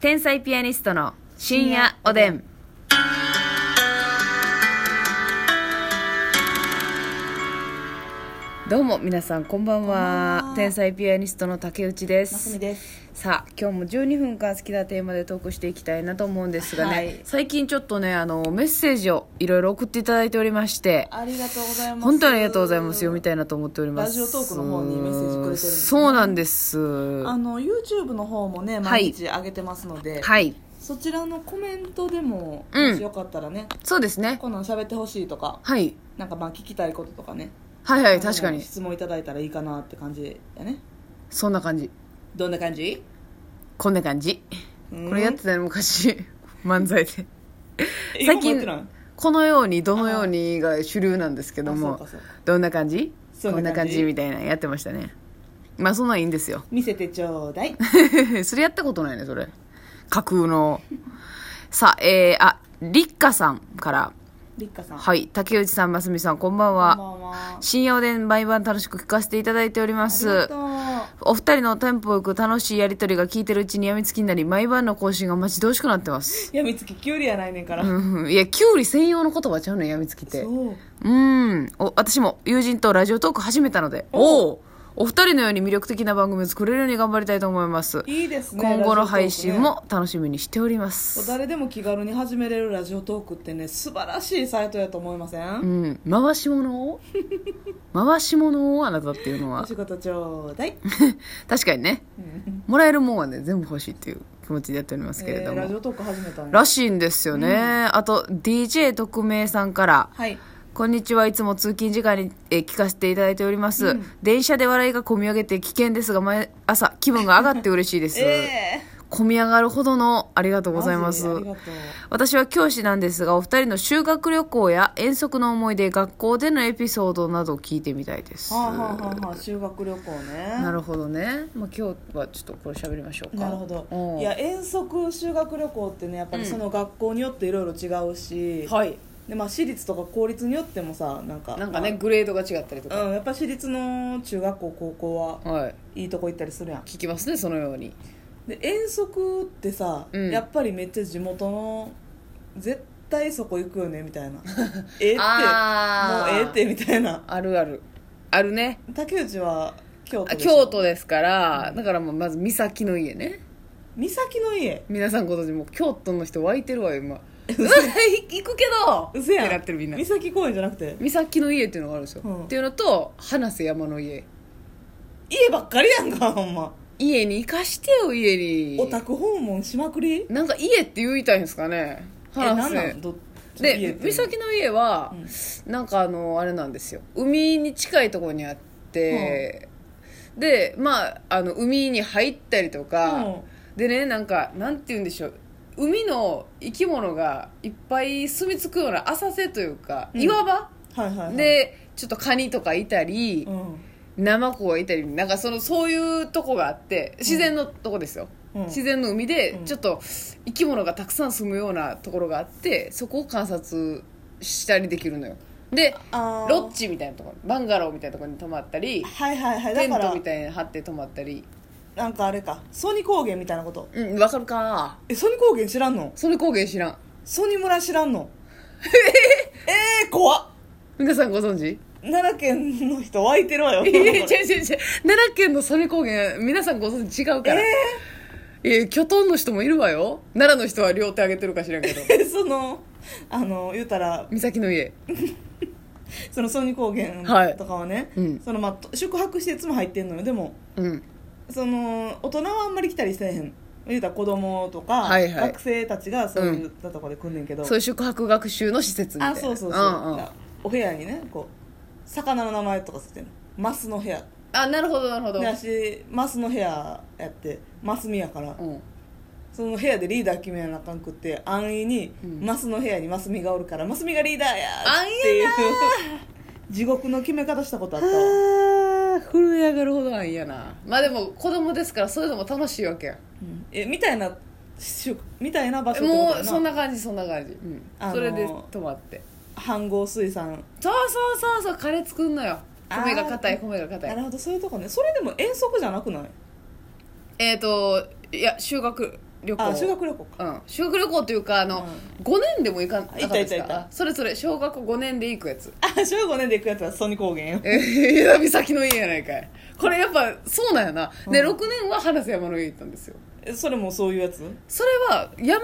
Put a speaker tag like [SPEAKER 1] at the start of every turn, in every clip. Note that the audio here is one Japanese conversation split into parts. [SPEAKER 1] 天才ピアニストの深夜おでん。どうも皆さんこんばんは
[SPEAKER 2] こんばんは
[SPEAKER 1] 天才ピアニストの竹内で
[SPEAKER 2] ますすみです。
[SPEAKER 1] さあ今日も12分間好きなテーマでトークしていきたいなと思うんですがね、
[SPEAKER 2] はい
[SPEAKER 1] 最近ちょっとねあのメッセージをいろいろ送っていただいておりまして
[SPEAKER 2] ありがとうございます。
[SPEAKER 1] 本当にありがとうございます読み
[SPEAKER 2] い
[SPEAKER 1] たいなと思っております
[SPEAKER 2] ラジオトークの方にメッセージくれてるんですね
[SPEAKER 1] そうなんです
[SPEAKER 2] あの YouTube の方も
[SPEAKER 1] は
[SPEAKER 2] ね
[SPEAKER 1] い
[SPEAKER 2] 毎日上げてますので、
[SPEAKER 1] はい
[SPEAKER 2] そちらのコメントでも、
[SPEAKER 1] うん
[SPEAKER 2] もしよかったらね、
[SPEAKER 1] そうですね
[SPEAKER 2] こんなん喋ってほしいとか、
[SPEAKER 1] はい
[SPEAKER 2] なんかまあ聞きたいこととかね。
[SPEAKER 1] はいはい
[SPEAKER 2] あの
[SPEAKER 1] 確かに
[SPEAKER 2] 質問いただいたらいいかなって感じやね。
[SPEAKER 1] そんな感じ
[SPEAKER 2] どんな感じ？
[SPEAKER 1] こんな感じ
[SPEAKER 2] こ
[SPEAKER 1] これやってたよ昔 漫才で
[SPEAKER 2] 最近。今もやってない
[SPEAKER 1] このようにどのようにが主流なんですけど
[SPEAKER 2] あそう
[SPEAKER 1] も
[SPEAKER 2] かそうか。
[SPEAKER 1] どんな感じ
[SPEAKER 2] そんな
[SPEAKER 1] こ
[SPEAKER 2] 感じ
[SPEAKER 1] んな感じみたいなのやってましたねまあそんなんいいんですよ
[SPEAKER 2] 見せてちょうだい。
[SPEAKER 1] それやったことないねそれ架空のさあえー、ありっかさんから
[SPEAKER 2] りっかさん。
[SPEAKER 1] はい竹内さんますみさんこんばん
[SPEAKER 2] こ
[SPEAKER 1] は
[SPEAKER 2] んばんは。
[SPEAKER 1] 深夜おでん毎晩楽しく聞かせていただいておりま
[SPEAKER 2] あり
[SPEAKER 1] す
[SPEAKER 2] がとう。
[SPEAKER 1] お二人のテンポよく楽しいやりとりが聞いてるうちにやみつきになり毎晩の更新が待ち遠しくなってます
[SPEAKER 2] やみつききゅうりやないねんから。
[SPEAKER 1] うんいやキュウリ専用の言葉ちゃうねんやみつきって
[SPEAKER 2] そう。
[SPEAKER 1] うんお私も友人とラジオトーク始めたのでおおお二人のように魅力的な番組を作れるように頑張りたいと思います
[SPEAKER 2] いいですね。
[SPEAKER 1] 今後の
[SPEAKER 2] ラ
[SPEAKER 1] 配
[SPEAKER 2] ジオトークね
[SPEAKER 1] 信も楽しみにしておりま
[SPEAKER 2] こう
[SPEAKER 1] す、
[SPEAKER 2] 誰でも気軽に始めれるラジオトークってね素晴らしいサイトやと思いません、
[SPEAKER 1] うん、回し物 を回し物をあなたっていうの
[SPEAKER 2] お
[SPEAKER 1] は
[SPEAKER 2] 仕事ちょうだい、
[SPEAKER 1] 確かにね
[SPEAKER 2] うん
[SPEAKER 1] もらえるもんはね全部欲しいっていう気持ちでやっておりますけれ
[SPEAKER 2] え
[SPEAKER 1] ど
[SPEAKER 2] ー
[SPEAKER 1] も、
[SPEAKER 2] ラジオトーク始めたんや
[SPEAKER 1] らしいんですよね、あと DJ 特命さんから
[SPEAKER 2] はい
[SPEAKER 1] こんにちはいつも通勤時間に、えー聞かせていただいております、
[SPEAKER 2] うん
[SPEAKER 1] 電車で笑いがこみ上げて危険ですが毎朝気分が上がって嬉しいです、
[SPEAKER 2] え
[SPEAKER 1] こみ上がるほどのありがとう
[SPEAKER 2] ー、
[SPEAKER 1] ございます
[SPEAKER 2] マジありがとう
[SPEAKER 1] 私は教師なんですがお二人の修学旅行や遠足の思い出学校でのエピソードなど聞いてみたいです、
[SPEAKER 2] はあ、はあはあはあ、修学旅行ね
[SPEAKER 1] なるほどね、まあ、今日はちょっとこれ喋りましょうか
[SPEAKER 2] なるほど
[SPEAKER 1] うん
[SPEAKER 2] いや遠足修学旅行ってねやっぱりその学校によっていろいろ違うし、
[SPEAKER 1] はい
[SPEAKER 2] でまあ、私立とか公立によってもさなんか
[SPEAKER 1] なんかねグレードが違ったりと
[SPEAKER 2] う
[SPEAKER 1] か、
[SPEAKER 2] ん、やっぱ私立の中学校高校は
[SPEAKER 1] はい
[SPEAKER 2] いいとこ行ったりするやん
[SPEAKER 1] 聞きますねそのように
[SPEAKER 2] で遠足ってさ、
[SPEAKER 1] うん
[SPEAKER 2] やっぱりめっちゃ地元の絶対そこ行くよねみた いなええってもう
[SPEAKER 1] あー
[SPEAKER 2] ええってみたいな
[SPEAKER 1] あるあるあるね
[SPEAKER 2] 竹内は京都
[SPEAKER 1] あ
[SPEAKER 2] でしょ
[SPEAKER 1] 京都ですから、だからもうまず美咲の家ね
[SPEAKER 2] 三崎の家
[SPEAKER 1] 皆さんご存知もう京都の人湧いてるわよ今うわ 行くけど
[SPEAKER 2] うせや
[SPEAKER 1] っ
[SPEAKER 2] ん
[SPEAKER 1] てなってるみんな
[SPEAKER 2] 三崎公園じゃなくて
[SPEAKER 1] 美咲の家っていうのがあるんですよ、
[SPEAKER 2] うん
[SPEAKER 1] っていうのと花瀬山の家
[SPEAKER 2] 家ばっかりやんかほんま
[SPEAKER 1] 家に行かしてよ家に
[SPEAKER 2] お宅訪問しまくり
[SPEAKER 1] なんか家って言いたいんですかね
[SPEAKER 2] えなん
[SPEAKER 1] 花
[SPEAKER 2] な
[SPEAKER 1] 瀬
[SPEAKER 2] んど家っ
[SPEAKER 1] で
[SPEAKER 2] て
[SPEAKER 1] 美咲の家は、なんかあのあれなんですよ海に近いところにあって、でまああの海に入ったりとか、
[SPEAKER 2] うん
[SPEAKER 1] でねなんかなんて言うんでしょう海の生き物がいっぱい住み着くような浅瀬というか、
[SPEAKER 2] うん
[SPEAKER 1] 岩場、
[SPEAKER 2] はいはい、はい、、
[SPEAKER 1] でちょっとカニとかいたり、
[SPEAKER 2] うん、
[SPEAKER 1] ナマコがいたりなんかそのそういうとこがあって自然のとこですよ、
[SPEAKER 2] うん
[SPEAKER 1] 自然の海で
[SPEAKER 2] うん
[SPEAKER 1] ちょっと生き物がたくさん住むようなところがあってそこを観察したりできるのよで
[SPEAKER 2] あー
[SPEAKER 1] ロッジみたいなところバンガローみたいなところに泊まったり
[SPEAKER 2] はいはいはい
[SPEAKER 1] テ
[SPEAKER 2] だ
[SPEAKER 1] ン
[SPEAKER 2] か
[SPEAKER 1] ト
[SPEAKER 2] ら
[SPEAKER 1] みたいに張って泊まったり
[SPEAKER 2] なんかあれかソニ高原みたいなこと
[SPEAKER 1] うんわかるか
[SPEAKER 2] えソニ高原知らんの
[SPEAKER 1] それ高原知らん
[SPEAKER 2] ソニ村知らんのええー、怖っ
[SPEAKER 1] 皆さんご存知
[SPEAKER 2] 奈良県の人湧いてるわよ
[SPEAKER 1] いや 違う違う違う奈良県の曽根高原皆さんご存知違うから、えー、巨トンの人もいるわよ奈良の人は両手挙げてるか知らん けど
[SPEAKER 2] えそのあの言うたら
[SPEAKER 1] 三崎の家
[SPEAKER 2] そのソニ高
[SPEAKER 1] は
[SPEAKER 2] 原
[SPEAKER 1] い
[SPEAKER 2] とかはね、
[SPEAKER 1] うん
[SPEAKER 2] そのまあと宿泊施設も入ってんのよでも
[SPEAKER 1] うん
[SPEAKER 2] その大人はあんまり来たりせえへん言うたら子供とか、
[SPEAKER 1] はいはい
[SPEAKER 2] 学生たちがそういったとこで来んねんけど、
[SPEAKER 1] そういう宿泊学習の施設みたい
[SPEAKER 2] あ
[SPEAKER 1] な
[SPEAKER 2] そうそうそう、
[SPEAKER 1] んうん、
[SPEAKER 2] お部屋にねこう魚の名前とかつってんのマスの部屋
[SPEAKER 1] あなるほどなるほど、
[SPEAKER 2] で私マスの部屋やってマスミやから、
[SPEAKER 1] うん、
[SPEAKER 2] その部屋でリーダー決めなあかんくって安易に、
[SPEAKER 1] うん
[SPEAKER 2] マスの部屋にマスミがおるからマスミがリーダーや
[SPEAKER 1] 安
[SPEAKER 2] って
[SPEAKER 1] 易
[SPEAKER 2] いう
[SPEAKER 1] や
[SPEAKER 2] 地獄の決め方したことあったわ
[SPEAKER 1] あー震え上がるほどなんやなまあでも子供ですからそういうのも楽しいわけや
[SPEAKER 2] うんえみたいなしみたいな場所ってこと
[SPEAKER 1] も
[SPEAKER 2] や
[SPEAKER 1] う
[SPEAKER 2] な
[SPEAKER 1] そんな感じそんな感じ、うん
[SPEAKER 2] あのー
[SPEAKER 1] それで泊まって
[SPEAKER 2] 飯合水産
[SPEAKER 1] そうそうそうそうカレー作んのよ
[SPEAKER 2] あー
[SPEAKER 1] 米が硬い米が硬
[SPEAKER 2] ないるほどそういうとこねそれでも遠足じじゃなくない
[SPEAKER 1] えっ、ー、といや修学旅行
[SPEAKER 2] あ修学旅行か
[SPEAKER 1] うん、修学旅行というかあの、5年でも行かなかったですか
[SPEAKER 2] 行った行った行った
[SPEAKER 1] それそれ小学校5年で行くやつ
[SPEAKER 2] あ小学校年で行くやつは曽根高原よ
[SPEAKER 1] えー、枝岬の家やないかいこれやっぱそうなんやな、で
[SPEAKER 2] うん
[SPEAKER 1] 6年は花瀬山の家行ったんですよ
[SPEAKER 2] えそれもそういうやつ
[SPEAKER 1] それは山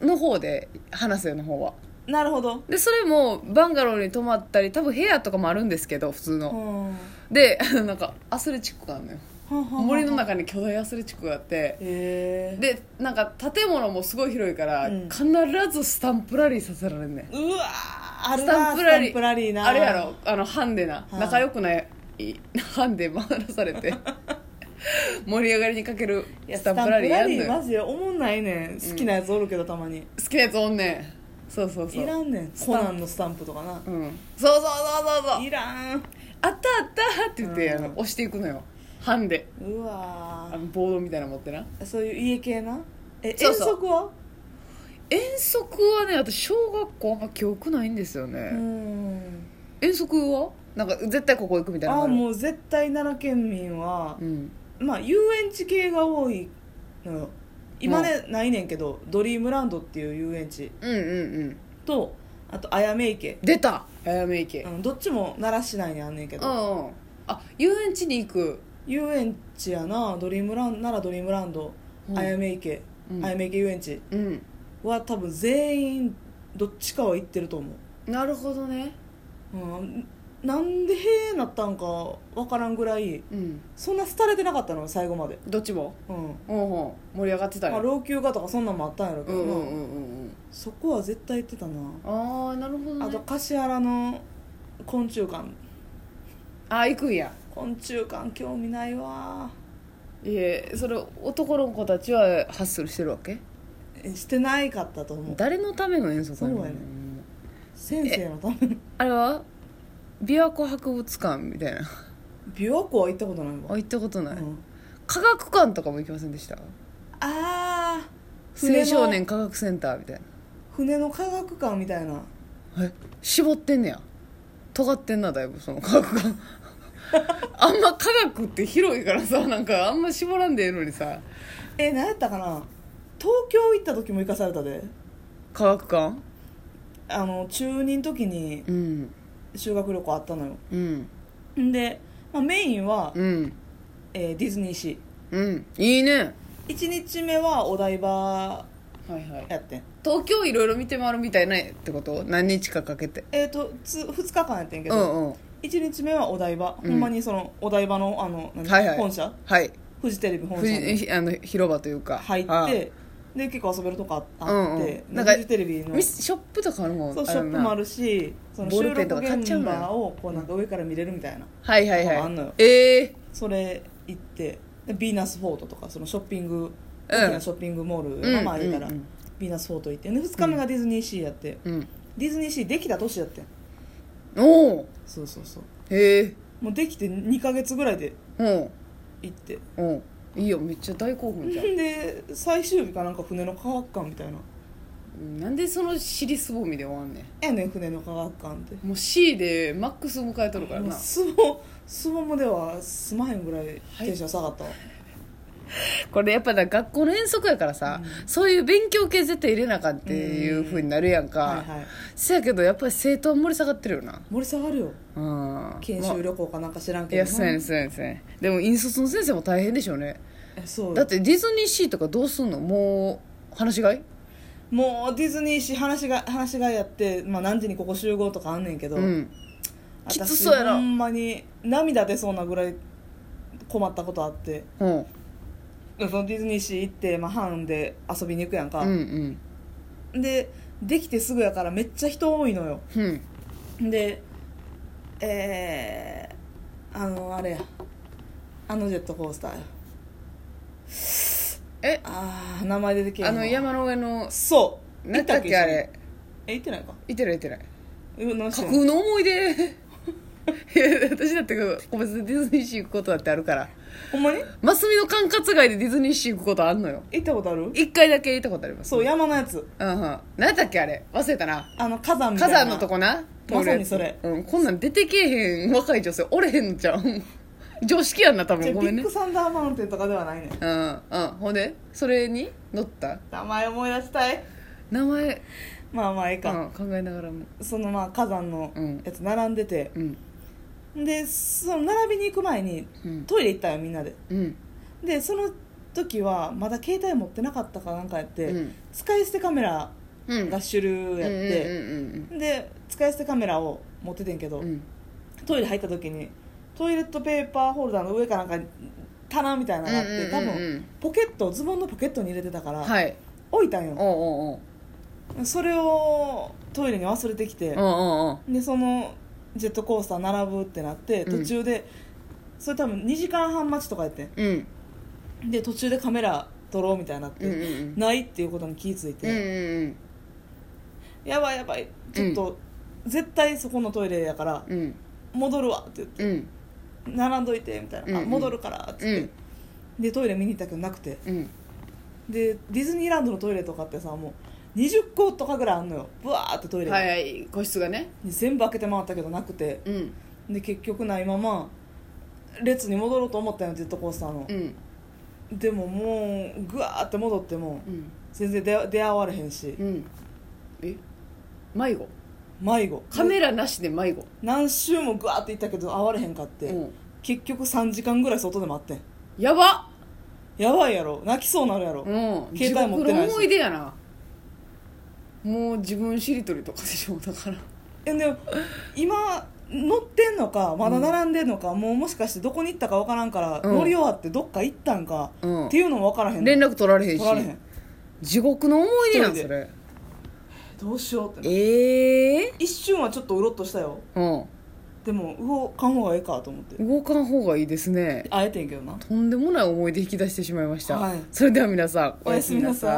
[SPEAKER 1] の方で花瀬の方は
[SPEAKER 2] なるほど
[SPEAKER 1] でそれもバンガローに泊まったり多分部屋とかもあるんですけど普通
[SPEAKER 2] う
[SPEAKER 1] の、
[SPEAKER 2] ん
[SPEAKER 1] で なんかアスレチックがあるのよ森
[SPEAKER 2] 森
[SPEAKER 1] の中に巨大アスレチックがあって
[SPEAKER 2] へえ
[SPEAKER 1] でなんか建物もすごい広いから、
[SPEAKER 2] うん
[SPEAKER 1] 必ずスタンプラリーさせられんねん
[SPEAKER 2] うわーある
[SPEAKER 1] ス
[SPEAKER 2] な
[SPEAKER 1] タンプラリー
[SPEAKER 2] スタンプラリーな
[SPEAKER 1] あれやろあのハンデな、
[SPEAKER 2] はい
[SPEAKER 1] 仲良くないいハンデ回 らされて盛り上がりにかける
[SPEAKER 2] いや
[SPEAKER 1] スタンプラリーやんの
[SPEAKER 2] スタンプ
[SPEAKER 1] よ
[SPEAKER 2] ラリーマジでおもんないねん好きなやつおるけどたまに、
[SPEAKER 1] 好きなやつおんねんそうそうそう
[SPEAKER 2] いらんねん
[SPEAKER 1] ス
[SPEAKER 2] コ
[SPEAKER 1] タンプ
[SPEAKER 2] ナンのスタンプとかな
[SPEAKER 1] うん、そうそうそうそうそう
[SPEAKER 2] いらん
[SPEAKER 1] あったあったって言って、
[SPEAKER 2] うん
[SPEAKER 1] あの押していくのよハンデ
[SPEAKER 2] うわ
[SPEAKER 1] あのボードみたいなの持ってな
[SPEAKER 2] ーそういう家系なえ
[SPEAKER 1] そうそう
[SPEAKER 2] 遠足は
[SPEAKER 1] 遠足はね私小学校あんま記憶ないんですよ
[SPEAKER 2] う
[SPEAKER 1] ね、
[SPEAKER 2] ん
[SPEAKER 1] 遠足はなんか絶対ここ行くみたいなの
[SPEAKER 2] あ
[SPEAKER 1] る
[SPEAKER 2] もう絶対奈良県民は
[SPEAKER 1] う、ん
[SPEAKER 2] まあ遊園地系が多いのよ今ね、ないねんけどドリームランドっていう遊園地
[SPEAKER 1] うんうんうん
[SPEAKER 2] とあと綾目池
[SPEAKER 1] 出た早め池
[SPEAKER 2] あのどっちも奈良市内にあんねんけ
[SPEAKER 1] う
[SPEAKER 2] ど、
[SPEAKER 1] んうんあ遊園地に行く
[SPEAKER 2] 遊園地やなドリームラン奈良ドリームランド
[SPEAKER 1] うん
[SPEAKER 2] あやめ池
[SPEAKER 1] うん
[SPEAKER 2] あやめ池遊園地
[SPEAKER 1] うん
[SPEAKER 2] は多分全員どっちかは行ってると思
[SPEAKER 1] なるほどね
[SPEAKER 2] う、うん、なんでへえなったんかわからんぐらい
[SPEAKER 1] うん
[SPEAKER 2] そんな廃れてなかったの最後まで
[SPEAKER 1] どっちも
[SPEAKER 2] うん
[SPEAKER 1] うんうん盛り上がってた
[SPEAKER 2] まあ、
[SPEAKER 1] ね
[SPEAKER 2] 老朽化とかそんなんもあったんやろうけ
[SPEAKER 1] う
[SPEAKER 2] ど
[SPEAKER 1] ん
[SPEAKER 2] な、
[SPEAKER 1] うんうんうん
[SPEAKER 2] そこは絶対行ってたな
[SPEAKER 1] うんああなるほど
[SPEAKER 2] あと
[SPEAKER 1] ね
[SPEAKER 2] 橿原の昆虫館
[SPEAKER 1] あ行くんや
[SPEAKER 2] 昆虫館興味ないわ
[SPEAKER 1] いえそれ男の子たちはハッスルしてるわけ
[SPEAKER 2] えしてないかったと思う
[SPEAKER 1] 誰のための遠足なの
[SPEAKER 2] そうやね先生のために
[SPEAKER 1] あれは琵琶湖博物館みたいな
[SPEAKER 2] 琵琶湖は行ったことないわ
[SPEAKER 1] あ行ったことない、
[SPEAKER 2] うん
[SPEAKER 1] 科学館とかも行きませんでした
[SPEAKER 2] ああ
[SPEAKER 1] 青少年科学センターみたい
[SPEAKER 2] 船の科学館みたいな
[SPEAKER 1] なえ絞ってんねや尖ってんなだいぶその科学館 あんま科学って広いからさなんかあんま絞らんでええのにさ
[SPEAKER 2] え何やったかな東京行った時も行かされたで
[SPEAKER 1] 科学館
[SPEAKER 2] あの中2の時に
[SPEAKER 1] うん
[SPEAKER 2] 修学旅行あったのよ
[SPEAKER 1] うん
[SPEAKER 2] んで、まあ、メインは、
[SPEAKER 1] うん
[SPEAKER 2] えーディズニーシ
[SPEAKER 1] うんいいね
[SPEAKER 2] ー1日目はお台場
[SPEAKER 1] はいはい
[SPEAKER 2] やってん
[SPEAKER 1] 東京いろいろ見て回るみたいなってこと何日かかけて
[SPEAKER 2] えっ、とつ2日間やってんけ
[SPEAKER 1] う
[SPEAKER 2] ど、
[SPEAKER 1] んうん
[SPEAKER 2] 1日目はお台場、
[SPEAKER 1] うん
[SPEAKER 2] ほんまにそのお台場のあの、何
[SPEAKER 1] はいはい
[SPEAKER 2] 本社
[SPEAKER 1] はい
[SPEAKER 2] フジテレビ本
[SPEAKER 1] ふ
[SPEAKER 2] 社に
[SPEAKER 1] じあの広場というか
[SPEAKER 2] 入っ
[SPEAKER 1] ああ
[SPEAKER 2] てで結構遊べるとこああって、
[SPEAKER 1] うんうん
[SPEAKER 2] で
[SPEAKER 1] なんか
[SPEAKER 2] フジテレビの
[SPEAKER 1] ミスショップとかあるもん
[SPEAKER 2] そうシ
[SPEAKER 1] あ
[SPEAKER 2] ョ
[SPEAKER 1] る
[SPEAKER 2] ップ
[SPEAKER 1] な
[SPEAKER 2] もあるしその
[SPEAKER 1] ボー
[SPEAKER 2] 収
[SPEAKER 1] ルペン
[SPEAKER 2] 録
[SPEAKER 1] とか買っちゃう
[SPEAKER 2] 現
[SPEAKER 1] のよ
[SPEAKER 2] 場をこうなんか上から見れるみたいな
[SPEAKER 1] はいはい
[SPEAKER 2] とかあんの
[SPEAKER 1] は
[SPEAKER 2] よ
[SPEAKER 1] いええ
[SPEAKER 2] それ行ってでヴィーナスフォートとかそのショッピング
[SPEAKER 1] うん
[SPEAKER 2] 大きなショッピングモールの前たら
[SPEAKER 1] うんうんうん
[SPEAKER 2] ヴィーナスフォート行ってで2日目がディズニーシーやって、
[SPEAKER 1] うん
[SPEAKER 2] ディズニーシーできた年やってん
[SPEAKER 1] おお
[SPEAKER 2] そうそうそう
[SPEAKER 1] へえ
[SPEAKER 2] もうできて2ヶ月ぐらいで
[SPEAKER 1] うん
[SPEAKER 2] 行って
[SPEAKER 1] うんいいよめっちゃ大興奮じゃん
[SPEAKER 2] で最終日かなんか船の科学館みたいな
[SPEAKER 1] うんなんでその尻すぼみで終わんね
[SPEAKER 2] ええねん船の科学館って
[SPEAKER 1] んもう C でマックス迎えとるから
[SPEAKER 2] もう
[SPEAKER 1] な
[SPEAKER 2] スボスボもではすまへんぐらいテンション下がったわ、
[SPEAKER 1] これやっぱな学校の遠足やからさ、そういう勉強系絶対入れなあかんっていうふうになるやんか、
[SPEAKER 2] はいはい
[SPEAKER 1] せやけどやっぱり生徒は盛り下がってるよな
[SPEAKER 2] 盛り下がるよ
[SPEAKER 1] うん
[SPEAKER 2] 研
[SPEAKER 1] まあ
[SPEAKER 2] 修旅行かなんか知らん
[SPEAKER 1] い
[SPEAKER 2] けど
[SPEAKER 1] やそうやねんそうやねんそうやねんでも引率の先生も大変でしょうね
[SPEAKER 2] えそう
[SPEAKER 1] だってディズニーシーとかどうすんのもう話しがい
[SPEAKER 2] もうディズニーし話が話がやって、まあ、何時にここ集合とかあんねんけど、
[SPEAKER 1] うん
[SPEAKER 2] 私
[SPEAKER 1] きつそうやろ
[SPEAKER 2] ほんまに涙出そうなぐらい困ったことあって
[SPEAKER 1] うん
[SPEAKER 2] そのディズニーシー行って、まあ、ハンで遊びに行くやんか
[SPEAKER 1] う、ん
[SPEAKER 2] でできてすぐやからめっちゃ人多いのよ
[SPEAKER 1] うんうん
[SPEAKER 2] でえー、あのあれやあのジェットコースターや
[SPEAKER 1] え
[SPEAKER 2] あー名前出てけえへ
[SPEAKER 1] あ
[SPEAKER 2] んわ
[SPEAKER 1] の山の上の
[SPEAKER 2] そう
[SPEAKER 1] 何だっ
[SPEAKER 2] 行
[SPEAKER 1] けあれ
[SPEAKER 2] え行ってないか
[SPEAKER 1] いてないいてない
[SPEAKER 2] え何して
[SPEAKER 1] 架
[SPEAKER 2] んの
[SPEAKER 1] 空の思い出いや私だって個別でディズニーシー行くことだってあるから
[SPEAKER 2] ほんまに
[SPEAKER 1] マスミの管轄外でディズニーシー行くことあんのよ
[SPEAKER 2] 行ったことある
[SPEAKER 1] 一回だけ行ったことあります
[SPEAKER 2] そう山のやつ
[SPEAKER 1] うんうん何だっけあれ忘れたな
[SPEAKER 2] あの火山みた
[SPEAKER 1] 火
[SPEAKER 2] いな
[SPEAKER 1] 山のとこな
[SPEAKER 2] まさにそれ
[SPEAKER 1] うん、こんなん出てけえへん若い女性おれへんのちゃうん常識やんな多
[SPEAKER 2] じゃ
[SPEAKER 1] 分
[SPEAKER 2] あビ
[SPEAKER 1] ごめん
[SPEAKER 2] ッ
[SPEAKER 1] ね
[SPEAKER 2] グサンダーマウンテンとかではないねん
[SPEAKER 1] うんうんほんでそれに乗った
[SPEAKER 2] 名前思い出したい
[SPEAKER 1] 名前、
[SPEAKER 2] まあまあええ
[SPEAKER 1] う
[SPEAKER 2] か、
[SPEAKER 1] ん、考えながらも
[SPEAKER 2] そのまあ火山の
[SPEAKER 1] うん
[SPEAKER 2] やつ並んでて、
[SPEAKER 1] うん
[SPEAKER 2] でその並びに行く前に
[SPEAKER 1] うん
[SPEAKER 2] トイレ行ったよみんなで
[SPEAKER 1] うん
[SPEAKER 2] でその時はまだ携帯持ってなかったかなんかやって、
[SPEAKER 1] うん
[SPEAKER 2] 使い捨てカメラ
[SPEAKER 1] うん
[SPEAKER 2] が主流やって、
[SPEAKER 1] うん
[SPEAKER 2] で使い捨てカメラを持っててんけど、
[SPEAKER 1] うんうんうん
[SPEAKER 2] トイレ入った時にトイレットペーパーホルダーの上かなんかに棚みたいなのがあって、
[SPEAKER 1] うんうんうんうん
[SPEAKER 2] 多分ポケットズボンのポケットに入れてたから、
[SPEAKER 1] はい
[SPEAKER 2] 置いたん
[SPEAKER 1] おう
[SPEAKER 2] よ
[SPEAKER 1] おうおう
[SPEAKER 2] それをトイレに忘れてきて、
[SPEAKER 1] おうおうおう
[SPEAKER 2] でそのジェットコースター並ぶってなって
[SPEAKER 1] うん
[SPEAKER 2] 途中で、それ多分2時間半待ちとかやって
[SPEAKER 1] うん
[SPEAKER 2] んで途中でカメラ撮ろうみたいになって、
[SPEAKER 1] うんうんうん
[SPEAKER 2] ないっていうことに気づい
[SPEAKER 1] うんう
[SPEAKER 2] て、
[SPEAKER 1] ん
[SPEAKER 2] やばいやばいちょっと、絶対そこのトイレやから
[SPEAKER 1] うんうん
[SPEAKER 2] 戻るわって言って
[SPEAKER 1] うん
[SPEAKER 2] 並んどいてみたいな、あ
[SPEAKER 1] うんうん
[SPEAKER 2] 戻るからって言って、でトイレ見に行ったけどなくて
[SPEAKER 1] うん
[SPEAKER 2] でディズニーランドのトイレとかってさもう20個とかぐらいあんのよブワーってトイレが、
[SPEAKER 1] はいはい個室がね
[SPEAKER 2] で全部開けて回ったけどなくて
[SPEAKER 1] うん
[SPEAKER 2] で結局ないまま列に戻ろうと思ったよジェットコースターの
[SPEAKER 1] う、ん
[SPEAKER 2] でももうグワーって戻っても
[SPEAKER 1] うん
[SPEAKER 2] 全然出出会われへんし
[SPEAKER 1] うんえ迷子
[SPEAKER 2] 迷子
[SPEAKER 1] カメラなしで迷子
[SPEAKER 2] 何周もグワーって行ったけど会われへんかって、
[SPEAKER 1] うん
[SPEAKER 2] 結局3時間ぐらい外で待ってん
[SPEAKER 1] やば
[SPEAKER 2] やばいやろ泣きそうなるやろ、
[SPEAKER 1] うん
[SPEAKER 2] 携帯持ってな
[SPEAKER 1] 地獄
[SPEAKER 2] いし
[SPEAKER 1] の思い出やなもう自分しりとりとかでしょだから
[SPEAKER 2] えでも今乗ってんのかまだ並んでんのか、もうもしかしてどこに行ったか分からんから、
[SPEAKER 1] うん
[SPEAKER 2] 乗り終わってどっか行ったんか、
[SPEAKER 1] うん
[SPEAKER 2] っていうのも分からへん
[SPEAKER 1] 連絡取られへん
[SPEAKER 2] 取
[SPEAKER 1] し
[SPEAKER 2] られへん
[SPEAKER 1] 地獄の思い出やん
[SPEAKER 2] 一人
[SPEAKER 1] それ
[SPEAKER 2] どうしようってな
[SPEAKER 1] ええ
[SPEAKER 2] 一瞬はちょっとうろっとしたよでも動かん方がええかと思って
[SPEAKER 1] うん動かん方がいいですね
[SPEAKER 2] 会えてんけどな
[SPEAKER 1] とんでもない思い出引き出してしまいました、
[SPEAKER 2] はい
[SPEAKER 1] それでは皆さん
[SPEAKER 2] おやすみなさい